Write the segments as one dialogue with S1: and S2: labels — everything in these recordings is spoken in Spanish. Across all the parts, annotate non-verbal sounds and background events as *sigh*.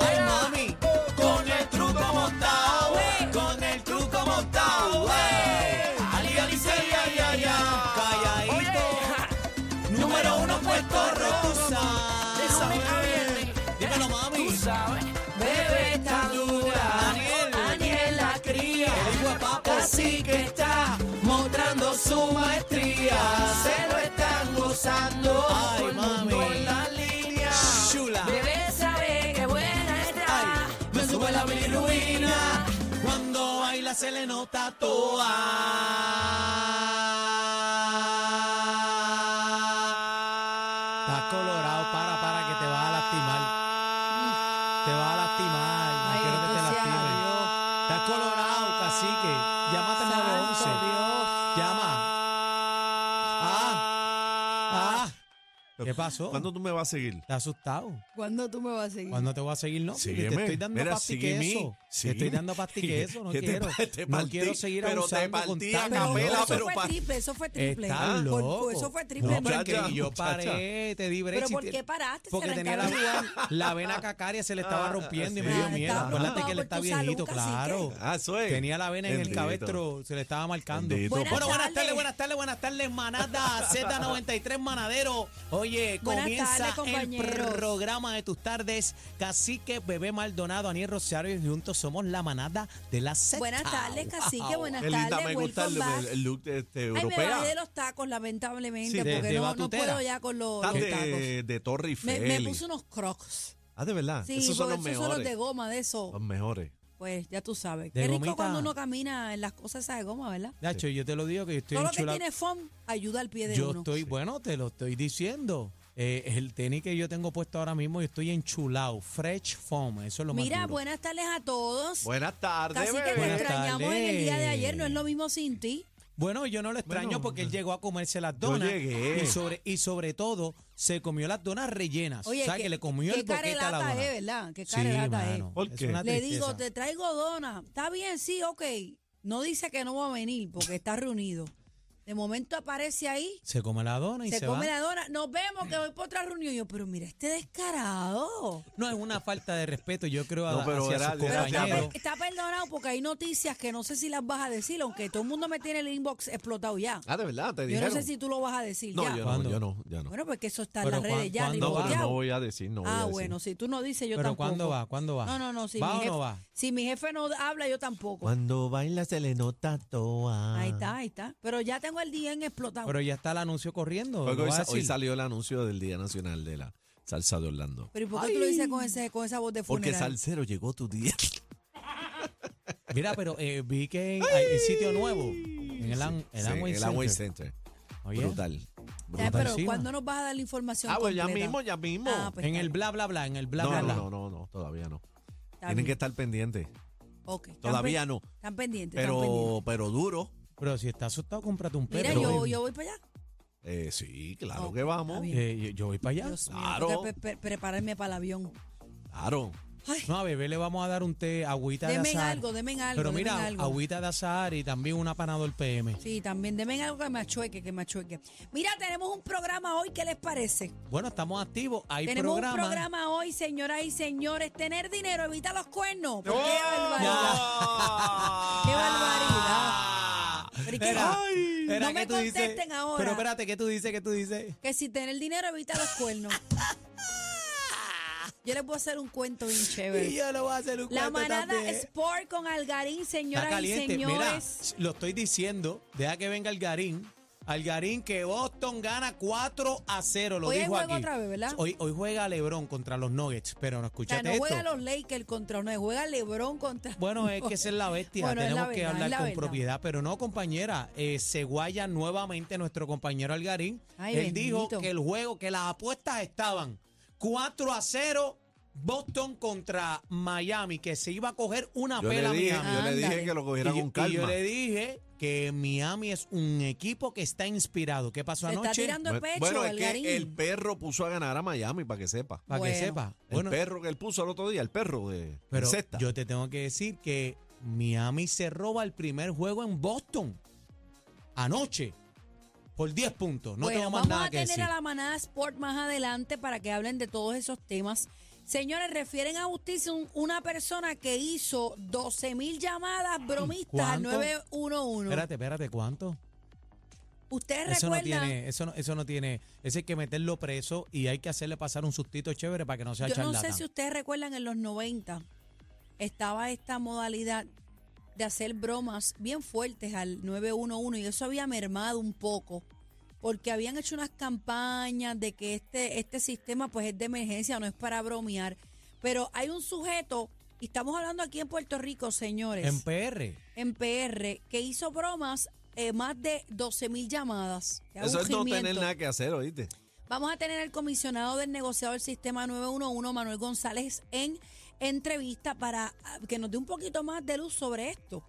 S1: Ay, mami. Con el truco montado. Con el truco montado. Ali, ali, se, ay, ay, ay. Calladito. Número uno, Puerto Rosa. Esa bebé. Dímelo, mami. Bebé está dura, Aniel, Aniel la cría, el guapapo sí que está mostrando su maestría, se lo están gozando, ay mami, con la línea, chula,
S2: Bebé sabe que buena está.
S1: ay, me sube la bilirrubina, cuando baila se le nota toa. Estás colorado, para, para, que te vas a lastimar. Te va a lastimar. No quiero que te lastime. Estás colorado, cacique. Llámate al 911. Llama. Ah. Ah. ¿Qué pasó?
S3: ¿Cuándo tú me vas a seguir?
S1: ¿Te has asustado?
S4: ¿Cuándo tú me vas a seguir?
S1: ¿Cuándo te voy a seguir? Pues No,
S3: Sígueme.
S1: te estoy dando
S3: Mira,
S1: pasti que
S3: sígueme,
S1: eso. Te estoy
S3: sígueme.
S1: dando
S3: *laughs*
S1: pasti que eso. No
S3: Que te
S1: quiero.
S3: pa- te
S1: no
S3: partí,
S1: quiero seguir
S3: pero te
S1: abusando con
S3: partí a
S1: tanta
S3: capela,
S1: cosa.
S3: pero-
S5: eso fue
S3: pa-
S5: triple, eso fue triple.
S1: Estás
S5: Por-
S1: loco.
S5: por- eso fue triple.
S1: No, pero es
S3: Muchacha,
S1: que yo
S3: muchacha.
S1: paré, te di brecha.
S5: Pero
S1: y
S5: ¿por
S1: te-
S5: qué paraste?
S1: Porque
S5: Se la
S1: tenía la,
S5: encargaron.
S1: la vena cacaria, se le estaba rompiendo y
S3: sí.
S1: me dio
S3: Ah,
S1: miedo.
S3: estaba
S1: Acuérdate
S5: preocupado
S1: que él
S5: por
S1: está
S5: tu
S1: viejito,
S5: salud, cacique.
S1: claro.
S3: Ah, eso es.
S1: Tenía la vena en el
S3: Bendito.
S1: cabestro, se le estaba marcando.
S3: Bendito.
S1: Bueno,
S3: Buenas
S1: buenas
S5: tardes.
S1: tardes, buenas tardes, buenas tardes, manada Z93 Manadero. Oye,
S5: Buenas
S1: comienza
S5: tardes,
S1: el
S5: compañeros.
S1: programa de tus tardes. Cacique, Bebé Maldonado, Aniel Rosario y juntos somos la manada de la Z.
S5: Buenas tardes, cacique. Buenas
S3: Qué linda, me
S5: tardes.
S3: gusta
S5: Welcome
S3: el,
S5: back.
S3: el- el look este,
S5: Ay, me
S3: europea.
S5: bajé de los tacos, lamentablemente,
S1: Sí, de-
S5: porque
S1: de
S5: no, no
S1: batutera.
S5: puedo ya con los,
S3: Estás
S5: los tacos.
S3: de, de Torre
S5: Me,
S3: Eiffel.
S5: me puse unos crocs.
S3: Ah, de verdad.
S5: Sí,
S3: esos son
S5: porque
S3: los
S5: esos son los
S3: mejores.
S5: de goma, de eso.
S3: Los mejores.
S5: Pues ya tú sabes.
S1: De
S5: Qué rico
S1: gomita.
S5: cuando uno camina en las cosas esas de goma, ¿verdad?
S1: Nacho, yo te lo digo que yo estoy
S5: Todo
S1: en
S5: lo que
S1: chula-
S5: tiene foam ayuda al pie de
S1: Yo
S5: uno.
S1: estoy, bueno, te lo estoy diciendo. Eh, el tenis que yo tengo puesto ahora mismo, yo estoy enchulado. Fresh foam, eso es lo más
S5: Mira,
S1: duro.
S5: buenas tardes a todos.
S3: Buenas tardes,
S5: Casi que
S3: bebé.
S5: te
S1: Buenas
S5: extrañamos en el día de
S1: tardes.
S5: ayer, no es lo mismo sin ti.
S1: Bueno, yo no lo extraño
S3: Bueno,
S1: porque él llegó a comerse las
S3: yo
S1: donas.
S3: llegué.
S1: Y sobre, y sobre todo, se comió las donas rellenas.
S5: Oye,
S1: o sea,
S5: qué-
S1: que le comió
S5: qué
S1: el boquete a la
S5: carelata
S1: dona.
S5: es, ¿verdad? Qué
S1: Sí,
S5: carelata es.
S1: mano,
S3: ¿Por
S1: es
S3: qué?
S1: una
S5: Le
S1: tristeza.
S5: digo, te traigo dona. Está bien, sí, ok. No dice que no va a venir porque está reunido. De momento aparece ahí,
S1: Se come la dona y se,
S5: se come
S1: va.
S5: la dona. Nos vemos, que voy para otra reunión. Y Yo, pero mira, este descarado.
S1: No, es una falta de respeto, yo creo, a-
S3: No, pero
S1: hacia
S3: era-
S1: sus
S3: era-
S5: Pero está,
S1: compañeros.
S5: per- está perdonado porque hay noticias que no sé si las vas a decir, aunque todo el mundo me tiene el inbox explotado ya.
S3: Ah, de verdad, te
S5: Yo no
S3: dijeron.
S5: sé si tú lo vas a decir
S3: No,
S5: ya.
S3: yo
S1: ¿Cuándo?
S3: no, yo no, ya no.
S5: Bueno, porque eso está en
S1: Pero
S5: las redes
S1: cuán-
S5: ya.
S1: ¿cuándo va?
S3: no, pero
S5: reboteado.
S3: no voy a decir, no voy a
S5: Ah,
S3: decir.
S5: bueno, si tú no dices, yo
S1: Pero
S5: tampoco.
S1: ¿cuándo va? ¿Cuándo va?
S5: No, no, no. Si,
S1: ¿Va
S5: mi
S1: o
S5: jefe,
S1: no va?
S5: si mi jefe no habla, yo tampoco.
S3: Cuando baila se le nota toa.
S5: Ahí está, ahí está. Pero ya tengo el día en explotado.
S1: Pero ya está el anuncio corriendo.
S3: Porque
S1: ¿lo
S3: hoy,
S1: va a
S3: sa- hoy
S1: decir?
S3: salió el anuncio del Día Nacional de la Salsa de Orlando.
S5: Pero ¿y por qué tú lo dices con, ese, con esa voz de
S3: Porque
S5: funeral?
S3: salsero llegó tu día.
S1: Mira, pero eh, vi que hay hay sitio nuevo en el, An- el
S3: Sí,
S1: Amway
S3: el
S1: Center.
S3: Amway Center.
S1: Oye,
S3: Brutal.
S5: Ya,
S3: brutal.
S1: Brutal.
S5: pero
S1: encima.
S5: ¿cuándo nos vas a dar la información
S3: Ah, bueno, ya
S5: completa?
S3: mismo, ya mismo.
S5: Ah, pues
S1: en
S5: está
S1: el
S5: bien,
S1: bla, bla, bla, en el bla,
S3: no,
S1: bla,
S3: no,
S1: bla.
S3: no, no, no, todavía no.
S5: está
S3: Tienen
S5: bien.
S3: que estar pendientes.
S5: Ok, están
S3: Todavía
S5: pen-
S3: no.
S5: Están pendientes, están
S3: Pero,
S5: pendientes.
S3: pero duro.
S1: Pero si está asustado, cómprate un perro.
S5: Mira, yo, yo voy para allá.
S3: Eh, sí, claro
S5: Ok,
S3: que vamos.
S5: está bien.
S1: Eh, yo, yo voy para allá.
S5: Dios mío,
S3: claro.
S5: tengo que pre- pre- prepararme para el avión.
S3: Claro.
S5: Ay,
S1: No, a bebé le vamos a dar un té, agüita
S5: Deme
S1: de azahar.
S5: algo, deme algo,
S1: Pero
S5: deme
S1: mira,
S5: algo.
S1: agüita de azahar y también un apanador PM.
S5: sí, también denme algo que me achueque, que me achueque. Mira, tenemos un programa hoy, ¿qué les parece?
S1: Bueno, estamos activos. Hay
S5: Tenemos
S1: programa.
S5: un programa hoy, señoras y señores. Tener dinero, evita los cuernos. Pero ¡Qué barbaridad!
S3: Ya.
S5: ¡Qué barbaridad! Pero ¿y qué?
S1: Ah. Era-
S5: Ay.
S1: era
S5: No
S1: que
S5: me
S1: tú dices-
S5: contesten ahora.
S1: Pero espérate, ¿qué tú dices? ¿Qué tú dices?
S5: Que si tener dinero, evita los cuernos. Yo les voy a hacer un cuento bien
S1: Y
S5: chévere.
S1: yo lo voy a hacer un
S5: La
S1: cuento
S5: manada
S1: también.
S5: Sport con Algarín,
S1: Está
S5: señoras y
S1: caliente. Mira,
S5: señores.
S1: lo estoy diciendo. Deja que venga el garín. Algarín que Boston gana 4 a 0, lo
S5: Hoy hay
S1: dijo
S5: juego
S1: aquí.
S5: otra vez, ¿verdad?
S1: Hoy, hoy juega LeBron contra los Nuggets, pero no
S5: O sea,
S1: escuchaste
S5: no juega
S1: esto.
S5: los Lakers contra no juega LeBron contra.
S1: Bueno, es
S5: *laughs*
S1: que esa es la bestia,
S5: Bueno, es la
S1: tenemos que
S5: verdad, es
S1: hablar
S5: la
S1: con
S5: verdad.
S1: propiedad, pero no, compañera, eh, se guaya nuevamente nuestro compañero Algarín.
S5: Ay,
S1: Él
S5: bendito.
S1: dijo que el juego, que las apuestas estaban 4 a 0 Boston contra Miami, que se iba a coger una
S3: Yo
S1: pela
S3: le dije,
S1: Miami.
S3: yo le dije
S5: Ándale.
S3: que lo cogieran
S1: y,
S3: con
S1: yo- y yo
S3: calma.
S1: le dije que Miami es un equipo que está inspirado. ¿Qué pasó
S5: Se está
S1: anoche?
S5: tirando el pecho,
S3: bueno, es
S5: Algarín.
S3: que el perro puso a ganar a Miami, para que sepa.
S1: Para que
S5: Bueno.
S1: sepa.
S3: El perro que él puso al otro día, el perro de
S1: pero
S3: Cesta.
S1: yo te tengo que decir que Miami se roba el primer juego en Boston. Anoche. Por 10 puntos. No
S5: Bueno,
S1: tengo más
S5: vamos
S1: nada
S5: a
S1: que
S5: tener
S1: decir.
S5: a la manada Sport más adelante para que hablen de todos esos temas. Señores, refieren a justicia un- una persona que hizo 12 mil llamadas bromistas al
S1: ¿Cuánto?
S5: 911.
S1: Espérate, espérate, ¿cuánto?
S5: Ustedes
S1: Eso no
S5: recuerdan
S1: tiene, eso no, eso no tiene. Ese hay que meterlo preso y hay que hacerle pasar un sustito chévere para que no sea
S5: Yo no
S1: charlatán.
S5: sé si ustedes recuerdan en los 90 estaba esta modalidad de hacer bromas bien fuertes al 911 y eso había mermado un poco porque habían hecho unas campañas de que este, este sistema pues es de emergencia, no es para bromear. Pero hay un sujeto, y estamos hablando aquí en Puerto Rico, señores,
S1: en PR.
S5: en, PR, que hizo bromas eh, más de 12 mil llamadas. de
S3: Eso es no tener
S5: aburrimiento.
S3: nada que hacer, ¿oíste?
S5: Vamos a tener al comisionado del negociado del sistema 911, Manuel González, en entrevista para ah, que nos dé un poquito más de luz sobre esto.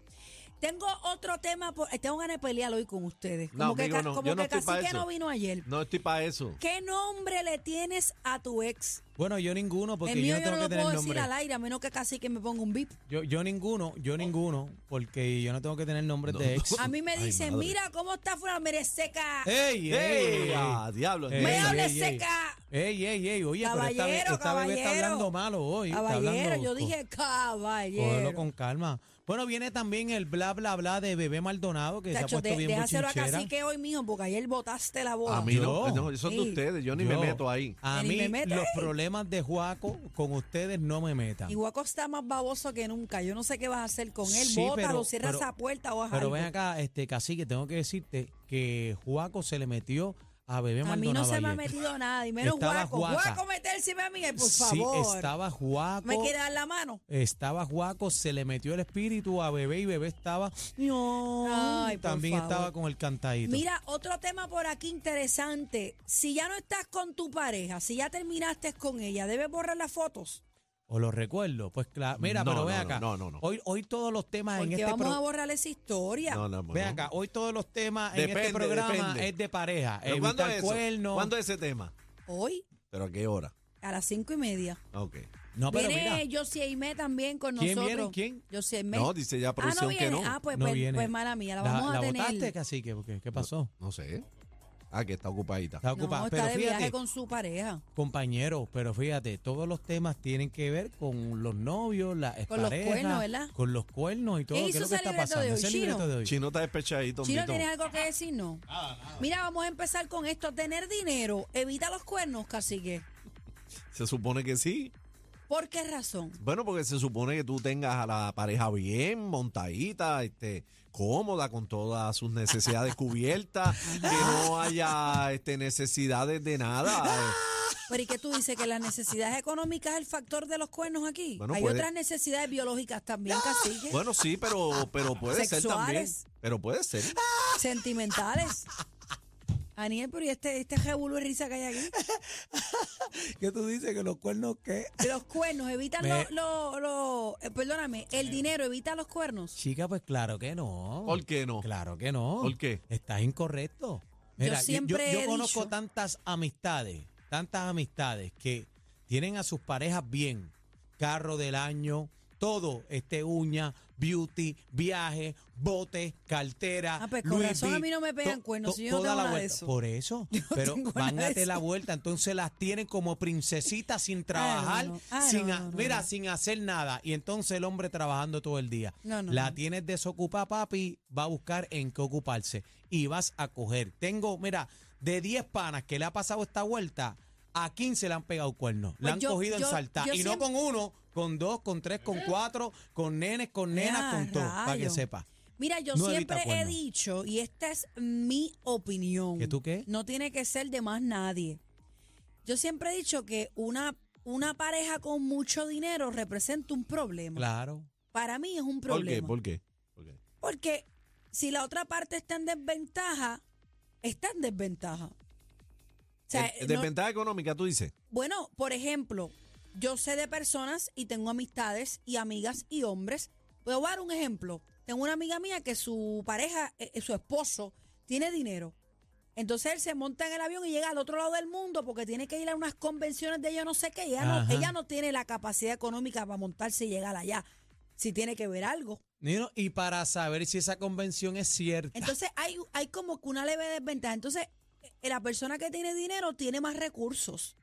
S5: Tengo otro tema, por- eh, tengo ganas de pelear hoy con ustedes. Como
S3: No,
S5: que,
S3: amigo,
S5: ca-
S3: no,
S5: como
S3: yo no
S5: que
S3: estoy pa'
S5: Cacique
S3: eso.
S5: no vino ayer.
S3: No estoy para eso.
S5: ¿Qué nombre le tienes a tu ex?
S1: Bueno, yo ninguno, porque
S5: el mío
S1: yo no
S5: yo
S1: tengo
S5: no
S1: que
S5: lo
S1: tener
S5: puedo
S1: nombre.
S5: decir al aire, a menos que casi que me ponga un bip.
S1: Yo, yo ninguno, yo ninguno, porque yo no tengo que tener nombres
S3: No,
S1: de
S3: *laughs*
S1: ex.
S3: no.
S5: A mí me
S3: Ay,
S5: dicen,
S3: madre.
S5: mira cómo está Fulano, mire seca.
S1: ¡Ey,
S3: ¡Ey!
S1: ey!
S3: ¡Ah, diablo!
S1: ey,
S5: me
S3: entiendo.
S5: hable
S1: ey, ey.
S5: seca.
S1: ¡Ey, ey, ey! Oye, pero esta,
S5: Caballero,
S1: esta bebé está
S5: caballero.
S1: hablando malo hoy. está
S5: Caballero,
S1: hablando-
S5: yo dije
S1: co- Cógelo
S5: caballero.
S1: con calma. Bueno, viene también el bla, bla, bla de Bebé Maldonado, que se
S5: Tacho,
S1: ha puesto
S5: de-
S1: bien
S5: déjaselo a
S1: bochinchera.
S5: Cacique hoy, mijo, porque ayer botaste la bola.
S3: A mí no,
S1: Yo.
S3: no, eso es de
S5: Sí.
S3: ustedes, yo ni me
S1: Yo, Ah,
S3: meto ahí.
S1: A
S5: Ni
S1: mí,
S5: me meta,
S1: los
S5: ey.
S1: problemas de Juaco con ustedes no me metan.
S5: Y Guaco está más baboso que nunca. Yo no sé qué vas a hacer con él.
S1: Sí,
S5: Bótalo,
S1: pero-
S5: cierra
S1: pero-
S5: esa puerta o haz
S1: Pero
S5: algo.
S1: ven acá, este cacique, tengo que decirte que Juaco se le metió a Bebé
S5: a mí
S1: Maldonado.
S5: no se me ha
S1: ayer.
S5: metido nada, y menos
S1: Estaba
S5: Guaco.
S1: Juaca.
S5: Guaco, metérseme a mí, eh, por
S1: Sí,
S5: favor.
S1: estaba Juaco.
S5: ¿Me quiere dar la mano?
S1: Estaba Juaco, se le metió el espíritu a Bebé y Bebé estaba. mm,
S5: Ay, por
S1: también
S5: favor.
S1: estaba con el cantadito.
S5: Mira, otro tema por aquí interesante. Si ya no estás con tu pareja, si ya terminaste con ella, ¿debes borrar las fotos?
S1: O lo recuerdo. Pues claro. Mira,
S3: No,
S1: pero
S3: no,
S1: ven
S3: no,
S1: acá.
S3: no, no, no.
S1: Hoy, hoy todos los temas en
S5: Porque
S1: este
S5: vamos a
S1: programa.
S5: borrar esa historia.
S3: No, no, no.
S1: Ven acá, hoy todos los temas en este
S3: Depende,
S1: programa
S3: depende.
S1: es de pareja. eh,
S3: ¿Pero ¿Cuándo
S1: evitar
S3: es eso?
S1: cuernos.
S3: ¿Cuándo es ese tema?
S5: Hoy,
S3: ¿Pero a qué hora?
S5: a las cinco y media.
S3: Ah, Ok.
S1: No, pero mira.
S5: Viene Josie Aimé también con
S1: ¿Quién
S5: nosotros.
S1: viene? ¿Quién?
S5: Josie Aimé.
S3: No, dice ya
S5: Ah, no
S3: producción
S5: viene.
S3: que no.
S5: Ah, pues,
S1: no
S5: pues,
S1: viene.
S5: pues, mala mía, la vamos a tener.
S1: votaste, cacique? Porque, ¿Qué pasó?
S3: No sé. Ah, que está ocupadita.
S1: Está
S5: No,
S1: ocupada.
S5: está
S1: pero
S5: de
S1: fíjate,
S5: viaje con su pareja,
S1: compañeros, pero fíjate, todos los temas tienen que ver con los novios, la
S5: Con los
S1: expareja,
S5: cuernos, ¿verdad?
S1: Con los cuernos y todo.
S5: ¿Quién
S1: ¿Qué es
S5: hizo
S1: lo que
S5: ese
S1: está
S5: libreto de
S1: pasando?
S5: hoy,
S1: Ese libreto
S5: Chino?
S1: de hoy.
S3: Chino está despechadito,
S5: Chino,
S3: Vito.
S5: ¿tienes algo que decir? No.
S1: Ah,
S5: Mira, vamos a empezar con esto. Tener dinero evita los cuernos, cacique.
S3: Se supone que sí.
S5: ¿Por qué razón?
S3: Bueno, porque se supone que tú tengas a la pareja bien montadita, este, cómoda, con todas sus
S5: *laughs*
S3: necesidades cubiertas, que no haya este, necesidades de nada. eh.
S5: Pero ¿y qué tú dices? ¿Que las necesidades económicas es el factor de los cuernos aquí?
S3: Bueno,
S5: Hay
S3: puede-
S5: otras necesidades biológicas también, cacique.
S3: Bueno, sí, pero, pero puede ser también.
S5: Sexuales. Ah.
S3: Pero puede ser.
S5: Sentimentales. Aniel, pero ¿y este, este revuelo de risa que hay aquí?
S1: ¿Qué tú dices? ¿Que los cuernos qué?
S5: Los cuernos evitan
S1: Me-
S5: los... Lo, lo- eh, perdóname, el dinero evita los cuernos.
S1: Chica, pues claro que no.
S3: ¿Por qué no?
S1: Claro que no.
S3: ¿Por qué?
S1: Estás incorrecto. Mira, yo,
S5: siempre
S1: yo
S5: he
S1: conozco
S5: dicho-
S1: tantas amistades, tantas amistades que tienen a sus parejas bien. Carro del año, todo, este uña, beauty, viaje, bote, cartera.
S5: Ah, pues, con
S1: Louis
S5: razón a
S1: V,
S5: mí no me pegan
S1: to-
S5: cuernos,
S1: to-
S5: si yo no
S1: toda
S5: tengo
S1: la
S5: nada de
S1: vuelta.
S5: eso.
S1: Por
S5: *laughs*
S1: eso, pero
S5: tengo nada de
S1: vángate la
S5: eso.
S1: vuelta, entonces las tienen como princesitas sin trabajar,
S5: no. Ah,
S1: sin
S5: no,
S1: ha-
S5: no, no,
S1: mira,
S5: no.
S1: sin hacer nada y entonces el hombre trabajando todo el día.
S5: No, no,
S1: la
S5: no.
S1: tienes desocupada, papi, va a buscar en qué ocuparse y vas a coger. Tengo, mira, de 10 panas que le ha pasado esta vuelta, a 15 le han pegado cuernos. le
S5: Pues
S1: han
S5: yo-
S1: cogido
S5: yo-
S1: en saltar.
S5: yo
S1: Y
S5: siempre-
S1: no con uno, con dos, con tres, con cuatro, con nenes, con nenas,
S5: Ah,
S1: con todo. Para que
S5: rayos.
S1: sepa.
S5: Mira, yo
S3: No evita
S5: siempre he
S3: cuerno.
S5: dicho, y esta es mi opinión.
S3: ¿Que tú qué?
S5: No tiene que ser de más nadie. Yo siempre he dicho que una, una pareja con mucho dinero representa un problema.
S1: Claro.
S5: Para mí es
S3: ¿Por
S5: un
S3: qué?
S5: problema.
S3: ¿Por qué? ¿Por qué?
S5: Porque si la otra parte está en desventaja, está en desventaja. O sea,
S3: Eh,
S5: no-
S3: Desventaja económica, tú dices.
S5: bueno, por ejemplo, yo sé de personas y tengo amistades y amigas y hombres. Voy a dar un ejemplo. Tengo una amiga mía que su pareja, eh, eh, su esposo, tiene dinero. Entonces él se monta en el avión y llega al otro lado del mundo porque tiene que ir a unas convenciones de ella no sé qué. y Ella no,
S1: Ajá.
S5: ella no tiene la capacidad económica para montarse y llegar allá. Si tiene que ver algo.
S1: Nino, y para saber si esa convención es cierta.
S5: Entonces hay, hay como que una leve desventaja. Entonces, eh, la persona que tiene dinero tiene más recursos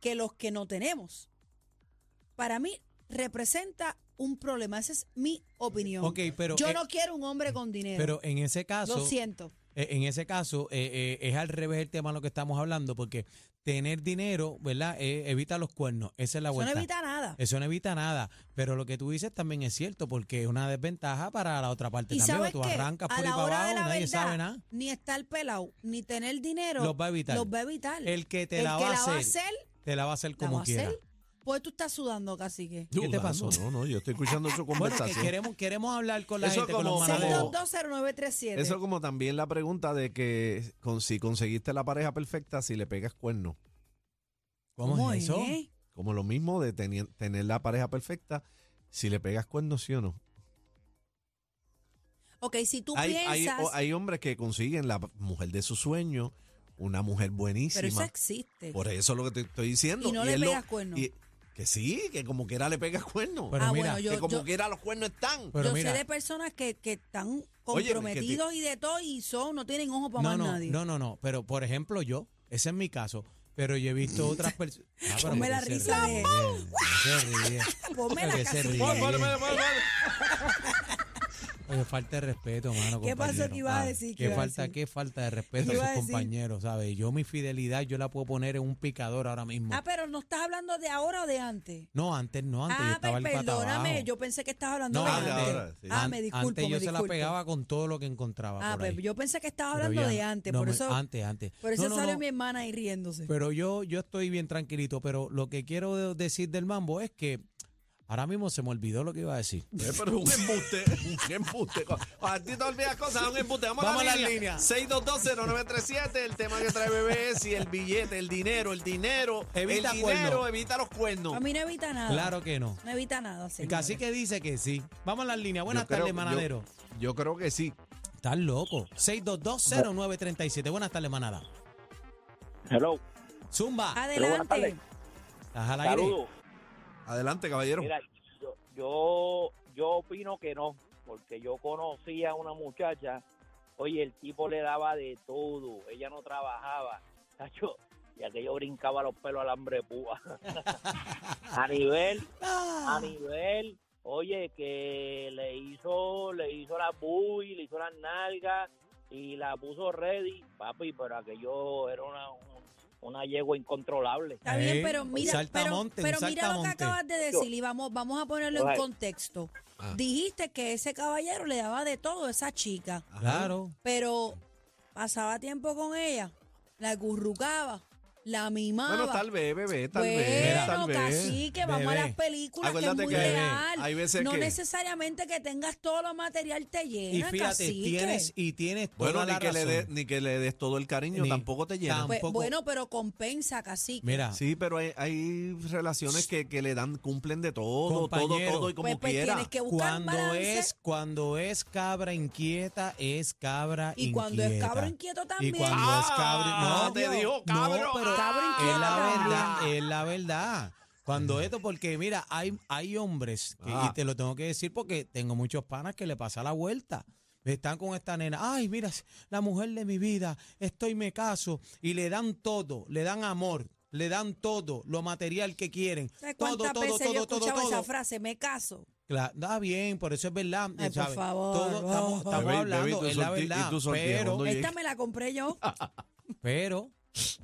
S5: que los que no tenemos. Para mí representa un problema. Esa es mi opinión.
S1: Ok, pero,
S5: Yo
S1: eh,
S5: no quiero un hombre con dinero.
S1: Pero en ese caso,
S5: Lo siento.
S1: eh, en ese caso eh, eh, es al revés el tema de lo que estamos hablando, porque tener dinero, ¿verdad? Eh, evita los cuernos. Esa es la
S5: Eso no
S1: vuelta. Este,
S5: evita nada.
S1: Eso no evita nada, pero lo que tú dices también es cierto, porque es una desventaja para la otra parte
S5: y
S1: también.
S5: sabes
S1: porque tú
S5: qué?
S1: arrancas
S5: a
S1: por ahí
S5: la
S1: para
S5: hora de
S1: abajo,
S5: la
S1: nadie
S5: verdad,
S1: sabe nada.
S5: ni estar pelado, ni tener dinero,
S1: Los va a evitar.
S5: los va a evitar.
S1: El que te
S5: El
S1: la
S5: que
S1: va
S5: la
S1: a
S5: va a
S1: hacer,
S5: hacer,
S1: te la va a hacer
S5: ¿La
S1: como
S5: va a
S1: quiera.
S5: hacer? Pues tú estás sudando, cacique.
S1: ¿Qué te
S3: Dudando,
S1: pasó?
S3: Ah, No, no, yo estoy escuchando su
S1: Bueno, que
S3: conversación.
S1: queremos, queremos hablar con la
S3: Eso
S1: gente, con los
S3: como- Sexto,
S1: manaderos.
S5: 6220937.
S3: Eso como también la pregunta de que con, si conseguiste la pareja perfecta, si le pegas cuerno.
S1: ¿Cómo es eso?
S5: es?
S3: Como lo mismo de teni- tener la pareja perfecta, si le pegas cuerno, sí o no.
S5: Ok, si tú
S3: hay, hay-
S5: piensas,
S3: o- hay hombres que consiguen la mujer de su sueño, una mujer
S5: pero eso
S3: buenísima.
S5: existe.
S3: Por eso es lo que te estoy diciendo.
S5: Y no le
S3: él lo-
S5: pegas cuerno.
S3: y- que sí, que como quiera le pegas cuerno.
S1: Pero
S5: ah,
S1: mira,
S5: bueno,
S3: que
S5: yo,
S3: como
S5: yo,
S3: quiera los cuernos están. Eh.
S1: Pero
S5: yo
S1: mira,
S5: sé de personas que, que están
S3: Oye, que te-
S5: comprometidos y de todo y son, no tienen ojo para
S1: no,
S5: más
S1: no,
S5: nadie.
S1: no, no, no, pero por ejemplo yo, ese es mi caso, pero yo he
S5: *laughs*
S1: visto otras Ah, personas.
S5: Ponme la risa de- *laughs* Ponme la cacique.
S1: Oye, falta de respeto, mano.
S5: ¿Qué pasó
S1: compañero,
S5: que iba a
S1: ¿sabes?
S5: decir? ¿Qué
S1: Qué
S5: iba a
S1: falta,
S5: decir?
S1: qué falta de respeto
S5: ¿Qué
S1: a
S5: iba
S1: sus
S5: a decir?
S1: compañeros, ¿sabes? Yo mi fidelidad yo la puedo poner en un picador ahora mismo.
S5: Ah, pero no estás hablando de ahora o de antes.
S1: No, antes no, antes yo
S5: ah,
S1: estaba
S5: pero
S1: el pata
S5: perdóname,
S1: abajo.
S5: yo pensé que estabas hablando
S1: no,
S5: de
S3: ahora,
S5: antes.
S3: ahora, sí.
S5: Ah, me
S1: An-
S5: disculpo,
S1: Antes
S5: me
S1: yo se la
S5: disculpo.
S1: pegaba con todo lo que encontraba
S5: Ah,
S1: por ahí.
S5: pues yo pensé que estabas
S1: Pero
S5: hablando
S1: ya
S5: de
S1: no-
S5: antes,
S1: no
S5: por
S1: me-
S5: eso
S1: Antes, antes.
S5: por eso
S1: No, no,
S5: salió
S1: no.
S5: mi hermana ahí riéndose.
S1: Pero yo, yo estoy bien tranquilito, pero lo que quiero de- decir del mambo es que ahora mismo se me olvidó lo que iba a decir.
S3: Eh, pero es un embuste, un embuste. A ti te olvidas cosas, es un embuste. Vamos,
S1: Vamos
S3: a
S1: a
S3: la
S1: la
S3: línea.
S1: línea.
S3: 6220937, el tema que trae bebé es si el billete, el dinero, el dinero.
S1: Evita
S3: el dinero,
S1: cuernos.
S3: evita los cuernos.
S5: A mí no evita nada.
S1: Claro que no.
S5: No evita nada,
S1: El
S5: señores.
S1: cacique dice que sí. Vamos a las líneas. Buenas
S3: Yo creo-
S1: tardes, manadero.
S3: Yo, yo creo que sí.
S1: Estás loco. 6220937. Buenas tardes, manada.
S6: Hello,
S1: Zumba.
S6: buenas tardes.
S5: Adelante.
S1: Estás al aire.
S6: saludos.
S3: Adelante, caballero.
S6: Mira, yo, yo, yo opino que no, porque yo conocí a una muchacha, oye, el tipo le daba de todo, ella no trabajaba, tacho, y aquello brincaba los pelos al hambre de púa. *laughs* a nivel,
S1: Ah.
S6: a nivel, oye, que le hizo, le hizo la bui, le hizo las nalgas y la puso ready, papi, pero aquello era una, una yegua incontrolable.
S5: Está bien,
S1: Ey,
S5: pero mira, pero,
S1: Eh, saltamonte,
S5: pero
S1: un
S5: mira lo que
S1: saltamonte.
S5: acabas de decir y vamos, vamos a ponerlo en
S6: Ojalá.
S5: contexto.
S1: Ah.
S5: Dijiste que ese caballero le daba de todo a esa chica,
S1: Claro.
S5: pero pasaba tiempo con ella, la currucaba, la mimaba.
S3: Bueno, tal vez, bebé, tal
S5: bueno,
S3: vez. Tal vez.
S5: cacique, vamos
S1: Bebé.
S5: a las películas
S3: Acuérdate
S5: que es muy
S3: que, bebé,
S5: real.
S3: hay veces
S5: no
S3: que-
S5: necesariamente que tengas todo lo material te
S1: Y
S5: llena,
S1: fíjate,
S5: cacique.
S1: tienes y tienes toda
S3: Bueno, ni
S1: la
S3: que, le
S1: razón.
S3: des- ni que le des todo el cariño,
S1: Ni-
S3: tampoco te llena.
S1: Tam-
S5: Pues,
S1: tampoco-
S5: bueno, pero compensa, cacique.
S1: Mira,
S3: Sí, pero hay, hay relaciones que, que le dan, cumplen de todo, todo,
S1: Compañero.
S3: todo y como
S5: pues, pues
S3: quiera.
S5: tienes que buscar un
S1: cuando
S5: balance.
S1: es cuando es cabra inquieta es cabra
S5: Y cuando es cabro inquieto también.
S1: y cuando es cabra
S3: Ah,
S1: no
S3: te digo, cabro.
S1: no, pero
S5: Cabro
S1: es
S5: inquieto
S1: la
S5: también.
S1: verdad es la verdad cuando esto porque mira hay hay hombres que-
S3: Ah.
S1: y te lo tengo que decir porque tengo muchos panas que le pasa la vuelta están con esta nena, ay, mira, la mujer de mi vida, estoy me caso, y le dan todo, le dan amor, le dan todo, lo material que quieren,
S5: ¿Sabes
S1: todo,
S5: cuántas
S1: todo, todo,
S5: veces yo he
S1: todo,
S5: escuchado
S1: todo.
S5: esa frase? Me caso.
S1: Claro, está bien, por eso es verdad.
S5: Ay, por
S1: ¿sabes?
S5: favor.
S1: Todo estamos, estamos
S3: Bebé, bebé,
S1: hablando,
S3: tú
S1: es la
S3: solti- y
S1: verdad.
S3: tú soltero,
S1: Pero,
S3: ¿dónde Oye.
S5: Esta
S1: *laughs*
S5: me la compré yo.
S1: pero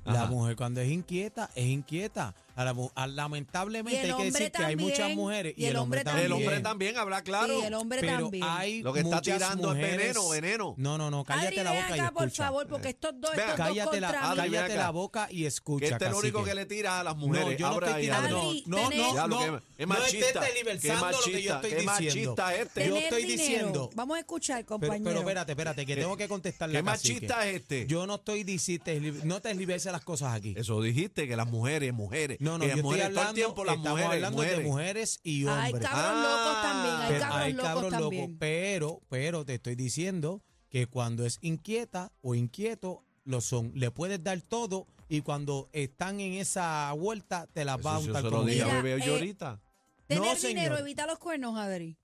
S1: la mujer cuando es inquieta, es inquieta. A la mu- a- lamentablemente
S5: Y el
S1: hay que decir
S5: hombre
S1: que hay muchas
S5: también,
S1: mujeres
S5: y el hombre también.
S3: El hombre también, habla claro.
S5: Sí, el hombre
S1: pero
S5: también.
S1: hay
S3: Lo que está
S1: muchas
S3: tirando es
S1: mujeres-
S3: veneno, veneno.
S1: No, no, no, cállate
S5: Adri,
S1: la
S5: ven
S1: boca y
S5: acá, por
S1: escucha. Eh.
S5: favor, porque estos dos,
S3: Ven
S5: estos
S3: acá.
S5: dos
S1: cállate la,
S5: contra
S3: Adri,
S5: mí.
S3: ven
S1: cállate
S3: acá.
S1: la boca y escucha.
S3: Que este es lo único
S1: cacique.
S3: que le tira a las mujeres.
S1: No, yo no
S3: Abre
S1: estoy
S3: ahí,
S1: tirando.
S3: abre.
S5: Adri,
S1: no,
S5: tenés-
S1: no,
S3: Diablo,
S1: no,
S3: qué-
S1: no. este
S3: es machista,
S1: estés tergiversando
S3: qué
S1: lo que yo
S3: machista,
S1: estoy
S3: qué
S1: diciendo.
S3: machista este.
S1: Yo
S5: Tener
S1: estoy
S5: dinero.
S1: diciendo.
S5: Vamos a escuchar,
S1: Pero,
S5: compañero.
S1: pero espérate, espérate, que tengo que contestarle
S3: ¿Qué
S1: a Cacique.
S3: machista es este?
S1: Yo no estoy diciendo, no te desliverse las cosas aquí.
S3: Eso dijiste, que las mujeres, mujeres.
S1: No, no,
S3: que
S1: yo
S3: las
S1: estoy
S3: mujeres,
S1: hablando,
S3: todo el tiempo las
S1: estamos
S3: mujeres,
S1: hablando
S3: mujeres.
S1: de mujeres y hombres.
S5: hay cabros locos también, hay
S1: Ah, Pero
S5: cabros
S1: hay
S5: locos
S1: cabros locos,
S5: también.
S1: pero, pero te estoy diciendo que cuando es inquieta o inquieto, lo son. Le puedes dar todo y cuando están en esa vuelta, te las va a
S3: Eso yo
S1: untar
S3: se
S1: con
S3: lo dije
S1: ella.
S3: a
S5: Mira,
S3: Bebé
S5: eh,
S3: Llorita.
S5: Tener
S1: No,
S5: dinero,
S1: señor.
S5: evita los cuernos, Adri.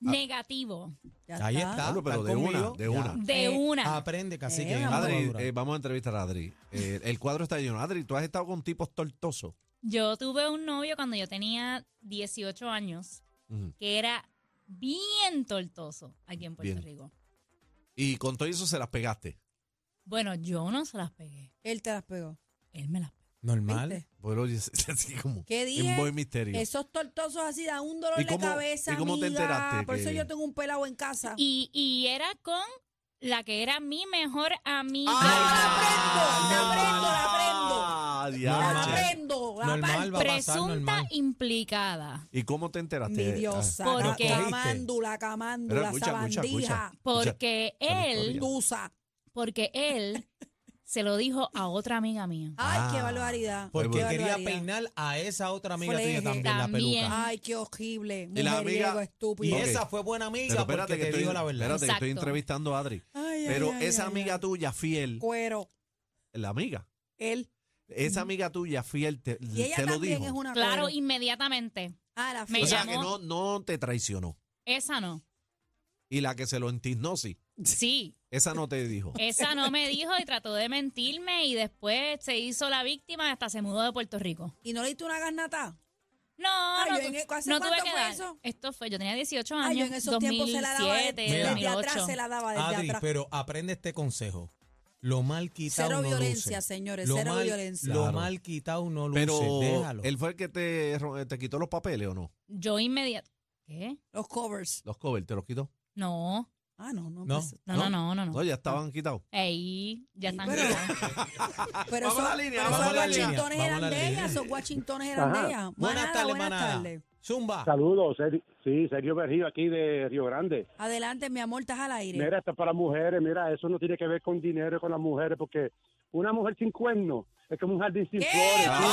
S7: Negativo.
S5: Ya
S1: Ahí está.
S3: Pablo, pero
S1: ¿están
S3: de una,
S1: conmigo?
S3: de
S1: Ya.
S3: una.
S7: De
S5: Eh,
S7: una.
S1: Aprende, casi que
S5: Eh,
S1: no va a
S3: Adri,
S1: durar.
S3: eh, vamos a entrevistar a Adri. Eh, el cuadro está lleno. Adri, tú has estado con tipos tortosos.
S7: Yo tuve un novio cuando yo tenía 18 años
S3: Ujú.
S7: que era bien tortoso aquí en Puerto
S3: Bien.
S7: Rico.
S3: Y con todo eso se las pegaste.
S7: Bueno, yo no se las pegué.
S5: Él te las pegó.
S7: Él me las pegó.
S1: Normal.
S5: ¿Viste?
S3: Bueno, oye, *laughs* así como
S5: ¿Qué dije?
S3: en buen misterio.
S5: Esos tortosos así dan un dolor
S3: ¿Y cómo-
S5: de cabeza.
S3: y cómo te
S5: amiga.
S3: enteraste
S5: Por eso
S3: que-
S5: yo tengo un pelado en casa.
S7: Y, y era con la que era mi mejor amiga.
S3: Ah,
S5: la
S3: diache.
S5: prendo, la
S1: Normal,
S5: parto.
S1: va a pasar,
S7: Presunta
S1: normal.
S7: implicada.
S3: ¿Y cómo te enteraste?
S5: Mi
S3: Ah,
S5: diosa,
S7: ¿Por
S5: la
S7: qué?
S5: camándula,
S3: Pero
S5: camándula,
S3: escucha, escucha,
S5: sabandija,
S3: escucha.
S7: Porque
S3: esa
S7: él,
S3: historia.
S5: tusa.
S7: porque él se lo dijo a otra amiga mía.
S5: Ay,
S3: Ah.
S5: qué barbaridad.
S1: Porque
S5: qué
S1: quería
S5: barbaridad. ah,
S1: peinar a esa otra amiga tuya
S5: Fleje.
S1: también,
S7: También.
S1: la peluca.
S5: Ay, qué horrible.
S3: Y la
S5: Mujeriego
S3: amiga-
S1: Y
S5: estúpido.
S3: Ok.
S1: esa fue buena
S3: Pero
S1: amiga
S3: espérate
S1: porque
S3: que
S1: te
S3: estoy,
S1: digo la verdad.
S3: espérate que estoy
S7: Exacto.
S3: entrevistando a Adri.
S5: Ay, ay,
S3: Pero
S5: ay,
S3: esa
S5: ay,
S3: amiga
S5: ay.
S3: tuya fiel,
S5: Cuero,
S3: la amiga,
S5: él.
S3: esa amiga tuya fiel te,
S5: Y ella
S3: te lo
S5: también
S3: dijo.
S5: es una
S7: Claro,
S5: cuero.
S7: inmediatamente.
S5: Ah, la
S7: Me
S3: o sea,
S5: fea.
S7: llamó.
S3: que no, no te traicionó.
S7: Esa no.
S3: Y la que se lo entisnó, sí.
S7: Sí,
S3: Esa no te dijo.
S7: esa no me dijo y trató de mentirme y después se hizo la víctima y hasta se mudó de Puerto Rico.
S5: ¿Y no le diste una garnata?
S7: No,
S5: Ay,
S7: no,
S5: Ah, yo en
S7: tu-
S5: el- ¿hace
S7: no tuve
S5: cuánto
S7: que
S5: fue
S7: dar.
S5: eso?
S7: Esto fue, yo tenía 18 años,
S5: Ay, yo en esos tiempos se la daba desde,
S7: 2007,
S1: Mira.
S5: desde
S7: 2008.
S5: atrás, se la daba desde
S1: Adri,
S5: atrás.
S1: pero aprende este consejo. Lo mal quitado
S5: Cero
S1: no
S5: violencia,
S1: luce.
S5: señores,
S1: Lo
S5: cero
S1: mal-
S5: violencia.
S1: Lo
S3: Claro.
S1: mal quitado no luce,
S3: Pero
S1: déjalo.
S3: él fue el que te, ro- te quitó los papeles o no?
S7: Yo inmediato. ¿Qué?
S5: Los covers.
S3: Los covers, ¿te los quitó?
S7: No,
S5: Ah, no, no.
S1: No.
S5: pues,
S7: no, no, no, no. no.
S3: No, ya estaban quitados.
S7: Ey, ya están.
S5: Pero-
S7: grandes.
S5: Pero
S3: Ah, Vamos
S5: esos,
S3: a la línea,
S5: pero
S3: vamos
S5: esos
S3: a la línea.
S5: guachintones
S1: Vamos a la
S5: eran
S1: línea.
S5: de ella, esos guachintones eran
S8: Ajá.
S5: de ella.
S1: buenas
S5: Manada,
S1: tardes,
S5: buenas
S1: manada.
S5: tardes.
S1: Zumba.
S8: Saludos, Ser- sí, Sergio Berrío aquí de Río Grande.
S5: Adelante, mi amor, estás al aire.
S8: Mira, está para mujeres, mira, eso no tiene que ver con dinero y con las mujeres, porque una mujer sin cuernos es como un jardín sin
S5: ¿Qué?
S8: flores.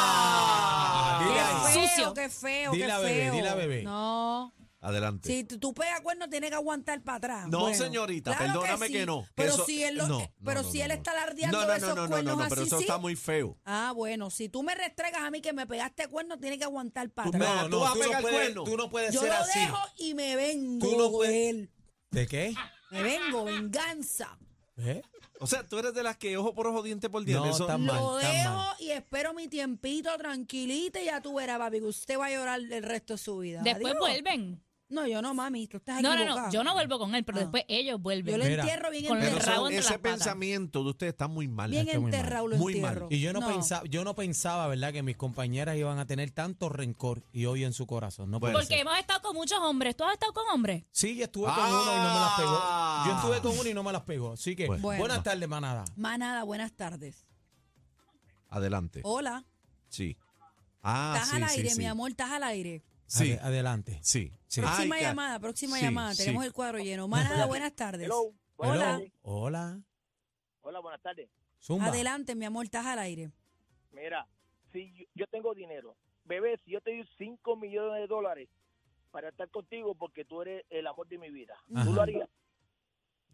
S1: Ah,
S5: Qué
S1: dile ahí.
S5: feo,
S7: Sucio.
S5: qué feo,
S1: Dile
S5: qué
S1: a
S5: feo.
S1: bebé, dile a bebé.
S5: No.
S3: Adelante.
S5: Si tú, tú pegas cuerno, tienes que aguantar para atrás.
S3: No,
S5: Bueno,
S3: señorita,
S5: claro
S3: perdóname que,
S5: sí,
S3: no. que
S5: Pero
S3: eso-
S5: si él, lo-
S3: no,
S5: eh,
S3: no,
S5: pero
S3: no,
S5: si
S3: no,
S5: él
S3: no.
S5: está alardeando
S3: No, no,
S5: de
S3: no,
S5: esos
S3: no, no,
S5: cuernos
S3: no,
S5: así,
S3: pero eso
S5: ¿sí?
S3: está muy feo.
S5: Ah, bueno, si tú me restregas a mí que me pegaste cuerno, tienes que aguantar para
S3: Tú me-
S5: atrás.
S3: No, tú vas a pegar
S1: puedes,
S3: cuerno.
S1: tú no puedes
S5: Yo
S1: ser
S5: lo
S1: así.
S5: dejo y me vengo
S1: Tú no puedes-
S5: de él.
S1: ¿De qué?
S5: Me vengo, venganza.
S1: ¿Eh?
S3: O sea, tú eres de las que ojo por ojo, diente por diente.
S1: No,
S3: eso-
S1: está mal.
S5: Lo dejo
S1: mal.
S5: y espero mi tiempito tranquilita y ya tú verás, papi, que usted va a llorar el resto de su vida.
S7: Después
S5: Adiós.
S7: vuelven.
S5: No, yo no, mami, tú estás
S7: No, no,
S5: equivocada.
S7: no, yo no vuelvo con él, pero
S5: Ah.
S7: después ellos vuelven.
S5: Yo lo
S1: Mira,
S5: entierro bien
S7: con el
S3: Pero
S7: del rabo
S3: son-
S5: enterrado.
S7: entre
S3: ese
S7: las patas.
S3: pensamiento de ustedes está muy mal.
S5: Bien
S1: está muy mal.
S5: enterrado lo
S3: Muy mal.
S5: entierro.
S1: Y yo no, Pensaba, yo no pensaba, ¿verdad?, que mis compañeras iban a tener tanto rencor y odio en su corazón. No puede
S3: Bueno.
S7: Porque
S1: ser.
S7: hemos estado con muchos hombres. ¿Tú has estado con hombres?
S1: Sí, yo estuve con uno y no me las pegó. Yo estuve con uno y no me las pegó. Así que,
S3: Ah. Bueno.
S1: buenas tardes, manada.
S5: Manada, buenas tardes.
S3: Adelante.
S5: Hola,
S3: Sí. Ah,
S5: Oh. estás
S3: sí,
S5: al
S3: sí,
S5: aire,
S3: sí.
S5: mi amor, estás al aire.
S3: Sí,
S1: Ade- adelante.
S3: sí. sí.
S5: Próxima
S3: Ay, ca-
S5: llamada, próxima
S3: sí,
S5: llamada.
S3: sí.
S5: Tenemos el cuadro lleno.
S1: *laughs*
S5: Manada, buenas tardes.
S6: Hello.
S5: Hola.
S1: Hello. Hola.
S6: Hola, buenas tardes.
S1: Zumba.
S5: Adelante, mi amor, estás al aire.
S6: Mira, si yo, yo tengo dinero, bebé, si yo te doy 5 millones de dólares para estar contigo porque tú eres el amor de mi vida,
S1: Ajá.
S6: ¿tú lo harías?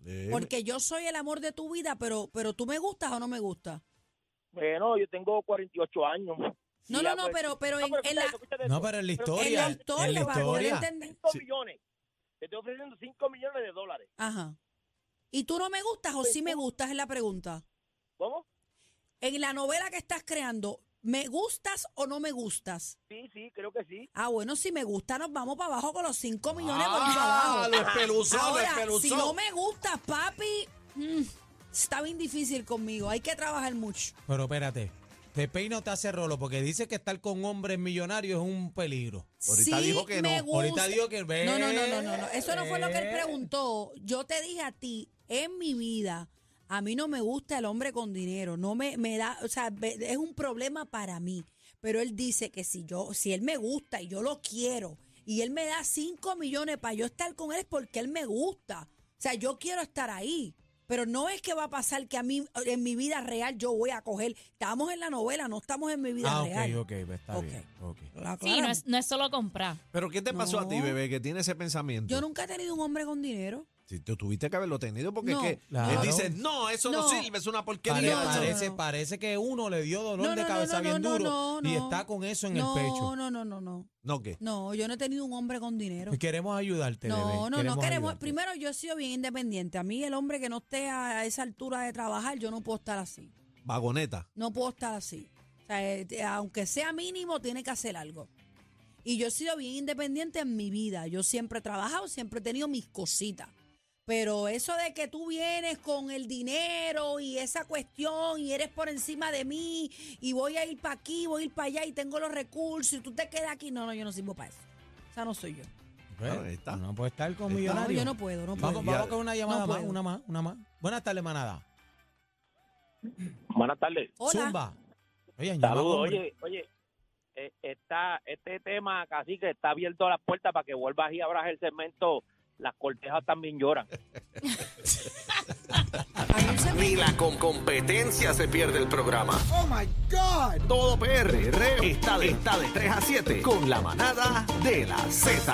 S3: Eh,
S5: Porque yo soy el amor de tu vida, pero, pero tú me gustas o no me gustas.
S6: Bueno, yo tengo 48 años.
S5: No,
S6: Ya,
S5: no, no,
S6: pues,
S5: pero, pero
S6: no,
S5: en, en
S6: escucha
S5: la,
S6: esto, escucha esto.
S1: No, pero en la
S5: en
S1: historia.
S5: la historia,
S1: en la
S5: para poder
S1: historia.
S5: entender.
S6: Cinco
S3: Sí.
S6: millones. Te estoy ofreciendo 5 millones de dólares.
S5: Ajá. ¿Y tú no me gustas o sí me gustas? Es la pregunta.
S6: ¿Cómo?
S5: En la novela que estás creando, ¿me gustas o no me gustas?
S6: Sí, sí, creo que sí.
S5: Ah, bueno, si me gusta, nos vamos para abajo con los 5 millones por ahí para
S3: Ah,
S5: abajo.
S3: lo espeluzó, lo
S5: Ahora,
S3: espeluzó.
S5: si no me gusta, papi, mm, está bien difícil conmigo. Hay que trabajar mucho.
S1: Pero espérate, Te peino te hace rolo porque dice que estar con hombres millonarios es un peligro.
S3: Ahorita
S5: Sí
S3: dijo que
S5: me
S3: no.
S5: gusta.
S1: Ahorita dijo que Eh. ve.
S5: No, no, no, no, no, no. Eso no fue lo que él
S1: ve.
S5: preguntó. Yo te dije a ti, en mi vida, a mí no me gusta el hombre con dinero. No me, me da, o sea, ve- es un problema para mí. Pero él dice que si yo, si él me gusta y yo lo quiero, y él me da 5 millones para yo estar con él, es porque él me gusta. O sea, yo quiero estar ahí. Pero no es que va a pasar que a mí, en mi vida real, yo voy a coger. Estamos en la novela, no estamos en mi vida
S1: Ah,
S5: real.
S1: ok, ok, pues está
S5: Ok.
S1: bien. ok.
S5: Lo
S7: Sí, no
S5: aclaramos.
S7: es, no es solo comprar.
S3: Pero ¿qué te pasó a ti,
S5: No.
S3: bebé, que tiene ese pensamiento?
S5: Yo nunca he tenido un hombre con dinero.
S3: Si tú tuviste que haberlo tenido, porque
S5: No.
S3: es que
S1: Claro.
S3: él dice, no, eso no,
S5: No.
S3: sirve, es una
S1: Pare-
S3: porquería.
S5: No, no, no,
S1: parece,
S5: no.
S1: parece que uno le dio dolor
S5: No,
S1: de
S5: no,
S1: cabeza
S5: no, no,
S1: bien
S5: no,
S1: duro
S5: no,
S1: y
S5: no.
S1: está con eso en
S5: no,
S1: el pecho.
S5: No, no, no, no.
S3: No, ¿qué?
S5: No, yo no he tenido un hombre con dinero.
S1: Queremos ayudarte, bebé.
S5: No, no, no queremos.
S1: ayudarte.
S5: Primero, yo he sido bien independiente. A mí, el hombre que no esté a a esa altura de trabajar, yo no puedo estar así.
S3: Vagoneta.
S5: No puedo estar así. O sea, eh, te- aunque sea mínimo, tiene que hacer algo. Y yo he sido bien independiente en mi vida. Yo siempre he trabajado, siempre he tenido mis cositas. Pero eso de que tú vienes con el dinero y esa cuestión y eres por encima de mí y voy a ir para aquí, voy a ir para allá y tengo los recursos y tú te quedas aquí. No, no, yo no sirvo para eso. O sea, no soy yo.
S1: Pues,
S3: Claro, ahí está.
S1: No puede estar con
S3: Ahí está.
S5: No,
S1: millonarios.
S5: yo no puedo, no puedo.
S1: Vamos, vamos con una llamada
S5: No
S1: más,
S5: puedo.
S1: una más, una más. Buenas tardes, manada.
S6: Buenas tardes.
S5: Hola.
S1: Zumba. Oye, llamamos,
S6: Saludos, oye, oye. eh, Está, este tema, casi que está abierto las puertas para que vuelvas y abras el segmento. Las cortejas también lloran.
S5: Hay un segmento-
S9: Ni la con competencia se pierde el programa. Oh my God. Todo PR está de, está de 3 a 7 con la manada de la Z.